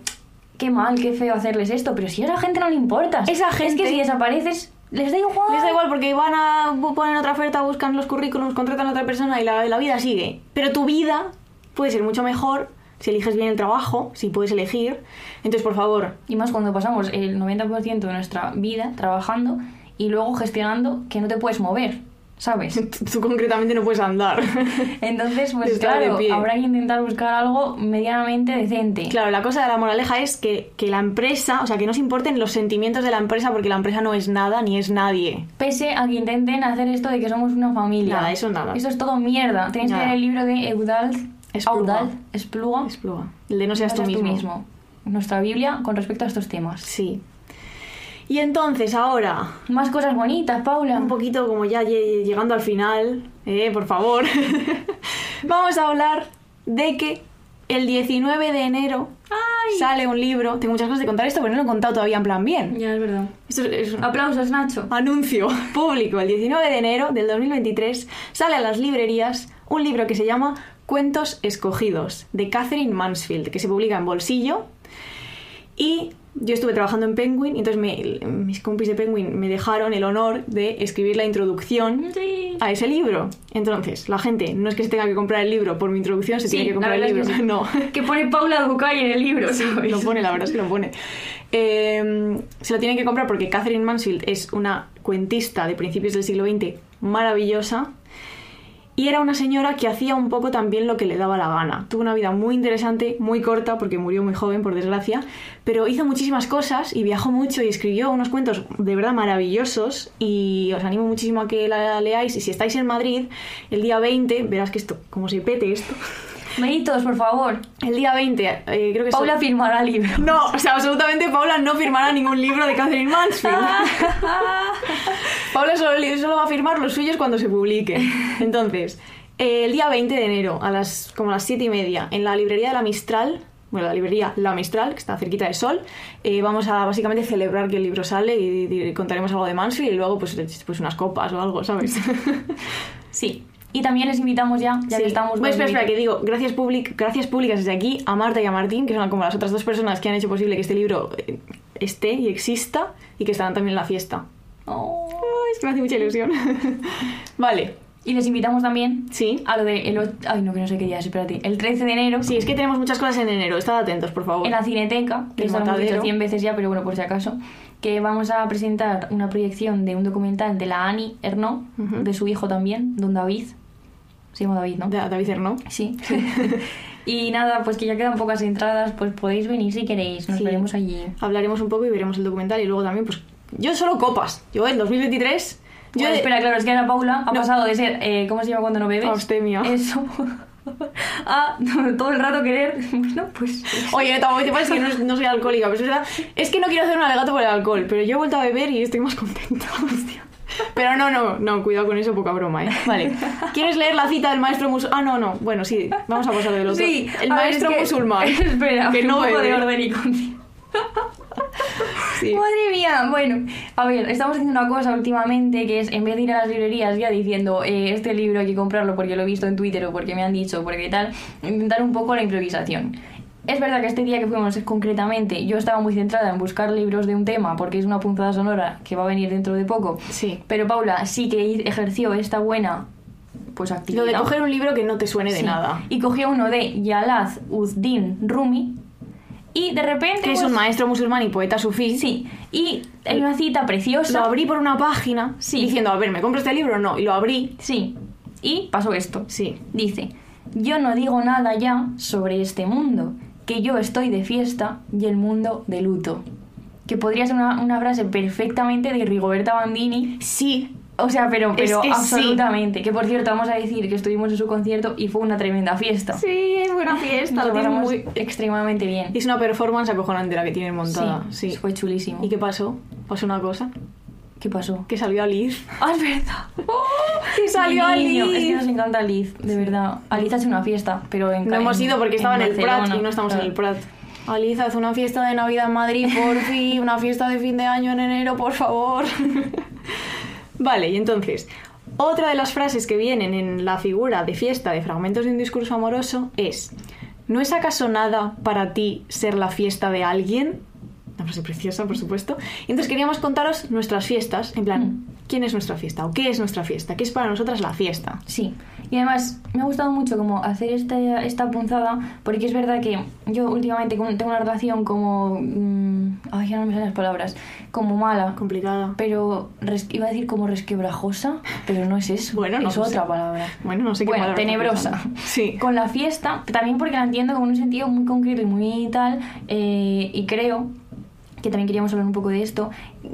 qué mal, qué feo hacerles esto, pero si a esa gente no le importa. Esa Es gente- que si desapareces, les da igual. Les da igual porque van a bu- ponen otra oferta, buscan los currículums, contratan a otra persona y la, la vida sigue. Pero tu vida puede ser mucho mejor si eliges bien el trabajo, si puedes elegir. Entonces, por favor, Y más cuando pasamos el 90% de nuestra vida trabajando y luego gestionando que no te puedes mover, ¿sabes? tú tú concretamente no puedes andar. Entonces, pues Estar de claro, pie. habrá que intentar buscar algo medianamente decente. Claro, la cosa de la moraleja es que, que la empresa, o sea, que no se importen los sentimientos de la empresa porque la empresa no es nada ni es nadie. Pese a que intenten hacer esto de que somos una familia. Nada, eso nada. Esto es todo mierda. Tenéis que Nada. leer el libro de Eudald. Espluga. Eudald Espluga. Es prueba. El de no seas, No tú, seas mismo. Nuestra Biblia con respecto a estos temas. Sí. Y entonces, ahora, Más cosas bonitas, Paula. un poquito como ya lle- llegando al final, eh, por favor, vamos a hablar de que el 19 de enero sale un libro. Tengo muchas cosas de contar esto, pero no lo he contado todavía en plan bien. Ya, es verdad. Esto es- es un- Aplausos, Nacho. Ah, Anuncio público. El 19 de enero del 2023 sale a las librerías un libro que se llama Cuentos Escogidos de Catherine Mansfield, que se publica en Bolsillo. Y yo estuve trabajando en Penguin, y entonces me- mis compis de Penguin me dejaron el honor de escribir la introducción Sí. a ese libro. Entonces, la gente no es que se tenga que comprar el libro por mi introducción, se tiene que comprar el la verdad libro. es que sí. No. Que pone Paula Ducay en el libro, ¿sabes? Lo pone, la verdad es que lo pone. Eh, se lo tienen que comprar porque Catherine Mansfield es una cuentista de principios del siglo XX maravillosa. Y era una señora que hacía un poco también lo que le daba la gana. Tuvo una vida muy interesante, muy corta, porque murió muy joven, por desgracia, pero hizo muchísimas cosas y viajó mucho y escribió unos cuentos de verdad maravillosos y os animo muchísimo a que la leáis. Y si estáis en Madrid, el día 20, verás que esto, como se pete esto, Meditos, por favor. el día 20, eh, creo que es- Paula firmará el libro. no, o sea, absolutamente Paula no firmará ningún libro de Catherine Mansfield. Paula solo, li- solo va a firmar los suyos cuando se publiquen. Entonces, eh, el día 20 de enero, a las, como a las 7 y media, en la librería de la Mistral bueno, la librería La Mistral, que está cerquita de Sol. Eh, vamos a básicamente celebrar que el libro sale y, y contaremos algo de Mansfield y luego pues, pues unas copas o algo, ¿sabes? Sí. Y también les invitamos ya, ya Sí. que estamos... Pues espera, muy- espera, que digo, gracias, public, gracias públicas desde aquí a Marta y a Martín, que son como las otras dos personas que han hecho posible que este libro eh, esté y exista y que estarán también en la fiesta. Oh. Ay, es que me hace mucha ilusión. vale, Y les invitamos también sí. Ah, a lo de... El... o- Ay, no, que no sé qué día es, espérate. El 13 de enero, Sí, es que tenemos muchas cosas en enero, estad atentos, por favor. en la Cineteca, que El esto lo hemos dicho Matadero. 100 veces ya, pero bueno, por si acaso, que vamos a presentar una proyección de un documental de la Annie Ernaux, Ujú. de su hijo también, don David. Se llama David, ¿no? Da- David Hernó. Sí. y nada, pues que ya quedan pocas entradas, pues podéis venir si queréis, nos Sí. veremos allí. Hablaremos un poco y veremos el documental y luego también, pues, yo solo copas. Yo en 2023... Yo Bueno, de- espera, claro, es que Ana Paula ha No. pasado de ser, eh, ¿cómo se llama cuando no bebes? Abstemia. Eso. a todo el rato querer, bueno, pues... Oye, tampoco te pases que no, no soy alcohólica, pero es verdad. Es que no quiero hacer un alegato por el alcohol, pero yo he vuelto a beber y estoy más contenta. hostia. Pero no, no, no, cuidado con eso, poca broma, ¿eh? Vale. ¿Quieres leer la cita del maestro musulmán? Ah, no, no. Bueno, sí, vamos a pasar del otro. Sí, el a ver, maestro es que- musulmán. Espera, que no un poco de bebe. orden y conci- Sí. Madre mía, bueno, a ver, estamos haciendo una cosa últimamente que es en vez de ir a las librerías ya diciendo eh, este libro hay que comprarlo porque lo he visto en Twitter o porque me han dicho, porque tal, intentar un poco la improvisación. Es verdad que este día que fuimos concretamente yo estaba muy centrada en buscar libros de un tema porque es una punzada sonora que va a venir dentro de poco. Sí. Pero Paula sí que ejerció esta buena pues actividad. Lo de coger un libro que no te suene de Sí. nada. Y cogió uno de Yalaz Uddin Rumi y de repente... Que es un pues, maestro musulmán y poeta sufí. Sí, y hay una cita preciosa. Lo abrí por una página Sí. diciendo, a ver, ¿me compro este libro o no? Y lo abrí. Sí, y pasó esto. Sí. Dice, yo no digo nada ya sobre este mundo, que yo estoy de fiesta y el mundo de luto. Que podría ser una, una frase perfectamente de Rigoberta Bandini. Sí. O sea, pero, Es pero que sí. absolutamente. Que por cierto, vamos a decir que estuvimos en su concierto y fue una tremenda fiesta. Sí, es buena fiesta. Nos Lo lo tiene pasamos muy... extremadamente bien. Es una performance acojonante la que tienen montada. Sí. Fue chulísimo. ¿Y qué pasó? Pasó una cosa. ¿Qué pasó? Que salió a Liz. ¡Ah, es verdad! Sí, salió Mi niño, Alice. Es que nos encanta Liz, de verdad. Alice hace una fiesta, pero en No hemos ido porque estaba en, el Prat Barcelona, y no estamos claro. en el Prat. Aliz, haz una fiesta de Navidad en Madrid, por fin. Una fiesta de fin de año en enero, por favor. vale, y entonces, otra de las frases que vienen en la figura de fiesta de fragmentos de un discurso amoroso es: ¿No es acaso nada para ti ser la fiesta de alguien? Una frase preciosa, por supuesto. Y entonces queríamos contaros nuestras fiestas, en plan, Mm. ¿quién es nuestra fiesta? ¿O qué es nuestra fiesta? ¿Qué es para nosotras la fiesta? Sí, y además me ha gustado mucho como hacer esta, esta punzada, porque es verdad que yo últimamente con- tengo una relación como... mm, ay, ya no me salen las palabras. Como mala, Complicada. pero res- iba a decir como resquebrajosa, pero no es eso. Bueno, no es lo otra sé. palabra. Bueno, no sé qué bueno, palabra tenebrosa. estás pensando. Sí. Con la fiesta, también porque la entiendo con un sentido muy concreto y muy tal, eh, y creo que también queríamos hablar un poco de esto,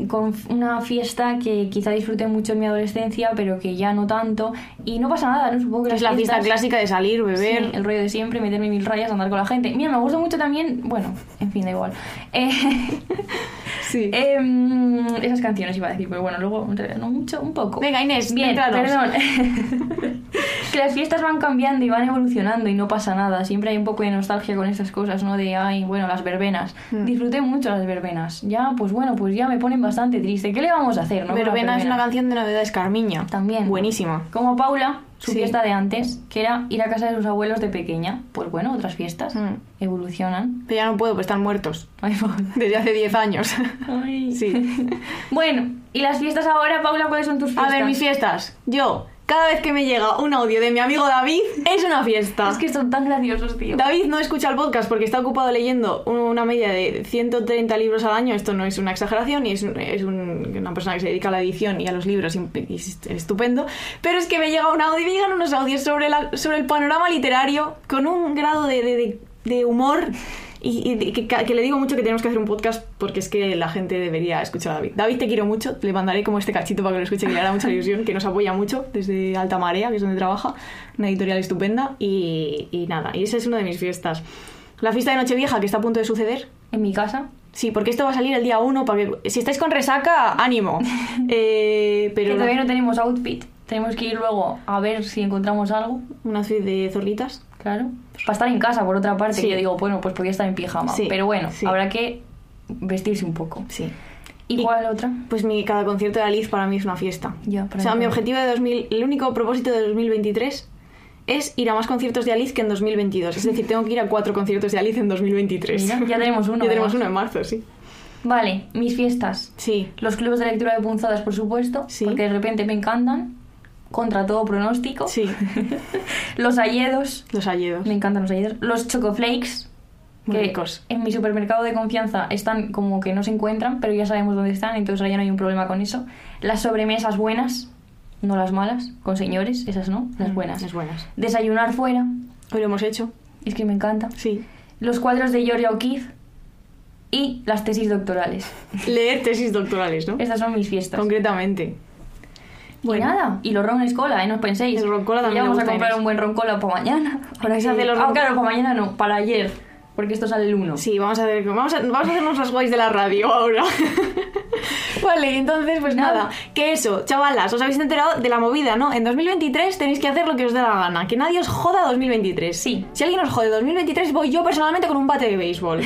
con f- una fiesta que quizá disfruté mucho en mi adolescencia, pero que ya no tanto, y no pasa nada, no supongo que Es la fiesta fiestas- clásica de salir, beber. Sí, el rollo de siempre, meterme mil rayas, andar con la gente. Mira, me gusta mucho también, bueno, en fin, da igual. Eh, Sí. em, esas canciones iba a decir, pero bueno, luego en realidad no mucho, un poco. Venga, Inés, Bien, entranos. perdón. que las fiestas van cambiando y van evolucionando y no pasa nada. Siempre hay un poco de nostalgia con estas cosas, ¿no? De, ay, bueno, las verbenas. Hmm. Disfruté mucho las verbenas. Ya, pues bueno, pues ya me ponen bastante triste. ¿Qué le vamos a hacer, no? con las Verbena es una verbenas? canción de novedades Carmiña. También. Buenísima. Como Paula, su Sí. fiesta de antes, que era ir a casa de sus abuelos de pequeña. Pues bueno, otras fiestas Mm. evolucionan. Pero ya no puedo, pues están muertos. Ay, Paula. Desde hace 10 años. Ay. Sí. bueno, ¿y las fiestas ahora, Paula? ¿Cuáles son tus A fiestas? ver, mis fiestas. Yo, cada vez que me llega un audio de mi amigo David, es una fiesta. Es que son tan graciosos, tío. David no escucha el podcast porque está ocupado leyendo una media de 130 libros al año. Esto no es una exageración y es, un- es un- una persona que se dedica a la edición y a los libros y, y es estupendo. Pero es que me llega un audio y llegan unos audios sobre, la- sobre el panorama literario con un grado de, de- de- de humor y, y de- que, que le digo mucho que tenemos que hacer un podcast porque es que la gente debería escuchar a David. David, te quiero mucho. Le mandaré como este cachito para que lo escuche, que le hará mucha ilusión, que nos apoya mucho desde Alta Marea, que es donde trabaja. Una editorial estupenda y, y nada. Y esa es una de mis fiestas. La fiesta de Nochevieja, que está a punto de suceder. En mi casa, Sí, porque esto va a salir el día 1. Para que, si estáis con resaca, ánimo. Eh, pero que una, todavía no tenemos outfit. Tenemos que ir luego a ver si encontramos algo. una outfit de zorritas. Claro. Para estar en casa, por otra parte, Sí. que yo digo, bueno, pues podría estar en pijama. Sí, Pero bueno, sí. habrá que vestirse un poco. Sí. ¿Y, Y- cuál otra? Pues mi, cada concierto de Alice para mí es una fiesta. Ya, para o sea, mi mí también. objetivo de 2000, el único propósito de 2023 es ir a más conciertos de Alice que en 2022. Es decir, tengo que ir a cuatro conciertos de Alice en 2023. Mira, ya tenemos uno, ya tenemos además. uno en marzo, sí. Vale, mis fiestas. Sí. Los clubes de lectura de punzadas, por supuesto, Sí. porque de repente me encantan, contra todo pronóstico. Sí. Los hayedos, Los alledos. me encantan los hayedos. Los chocoflakes, Muy que ricos. en mi supermercado de confianza están como que no se encuentran, pero ya sabemos dónde están, entonces ahora ya no hay un problema con eso. Las sobremesas buenas, no las malas, con señores, esas no, las Mm, buenas. Las buenas. Desayunar fuera, Hoy lo hemos hecho. es que me encanta. Sí. Los cuadros de Georgia O'Keeffe y las tesis doctorales. Leer tesis doctorales, ¿no? Estas son mis fiestas. Concretamente. Y nada, y los ron cola, ¿eh? No os penséis. El ron cola también Ya vamos me a gusta, comprar Inés. un buen ron cola para mañana. Ahora que se Sí. hacen los Ah, ron- claro, para mañana no, para ayer. Porque esto sale el 1. Sí, vamos a hacer, vamos a, vamos a hacernos las guays de la radio ahora. vale, entonces pues nada. Nada. que eso, chavalas, os habéis enterado de la movida, ¿no? En 2023 tenéis que hacer lo que os dé la gana, que nadie os joda 2023. Sí. Si alguien os jode 2023, voy yo personalmente con un bate de béisbol.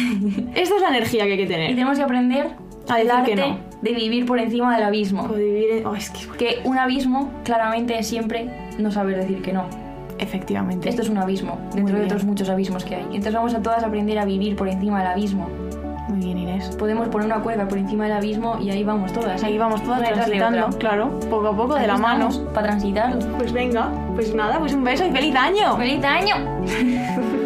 Esta es la energía que hay que Y tener. tenemos que aprender A decir el arte que no. de vivir por encima del abismo. O vivir en- oh, es que- Que un abismo claramente es siempre no saber decir que no. Efectivamente. Esto es un abismo, Muy dentro de bien. otros muchos abismos que hay. Entonces vamos a todas aprender a vivir por encima del abismo. Muy bien, Inés. Podemos poner una cuerda por encima del abismo y ahí vamos todas. Ahí vamos todas Una detrás de transitando, otra. claro, poco a poco, de la Ahí mano. estamos, Para transitarlo. Pues venga, pues nada, pues un beso y feliz año. ¡Feliz año!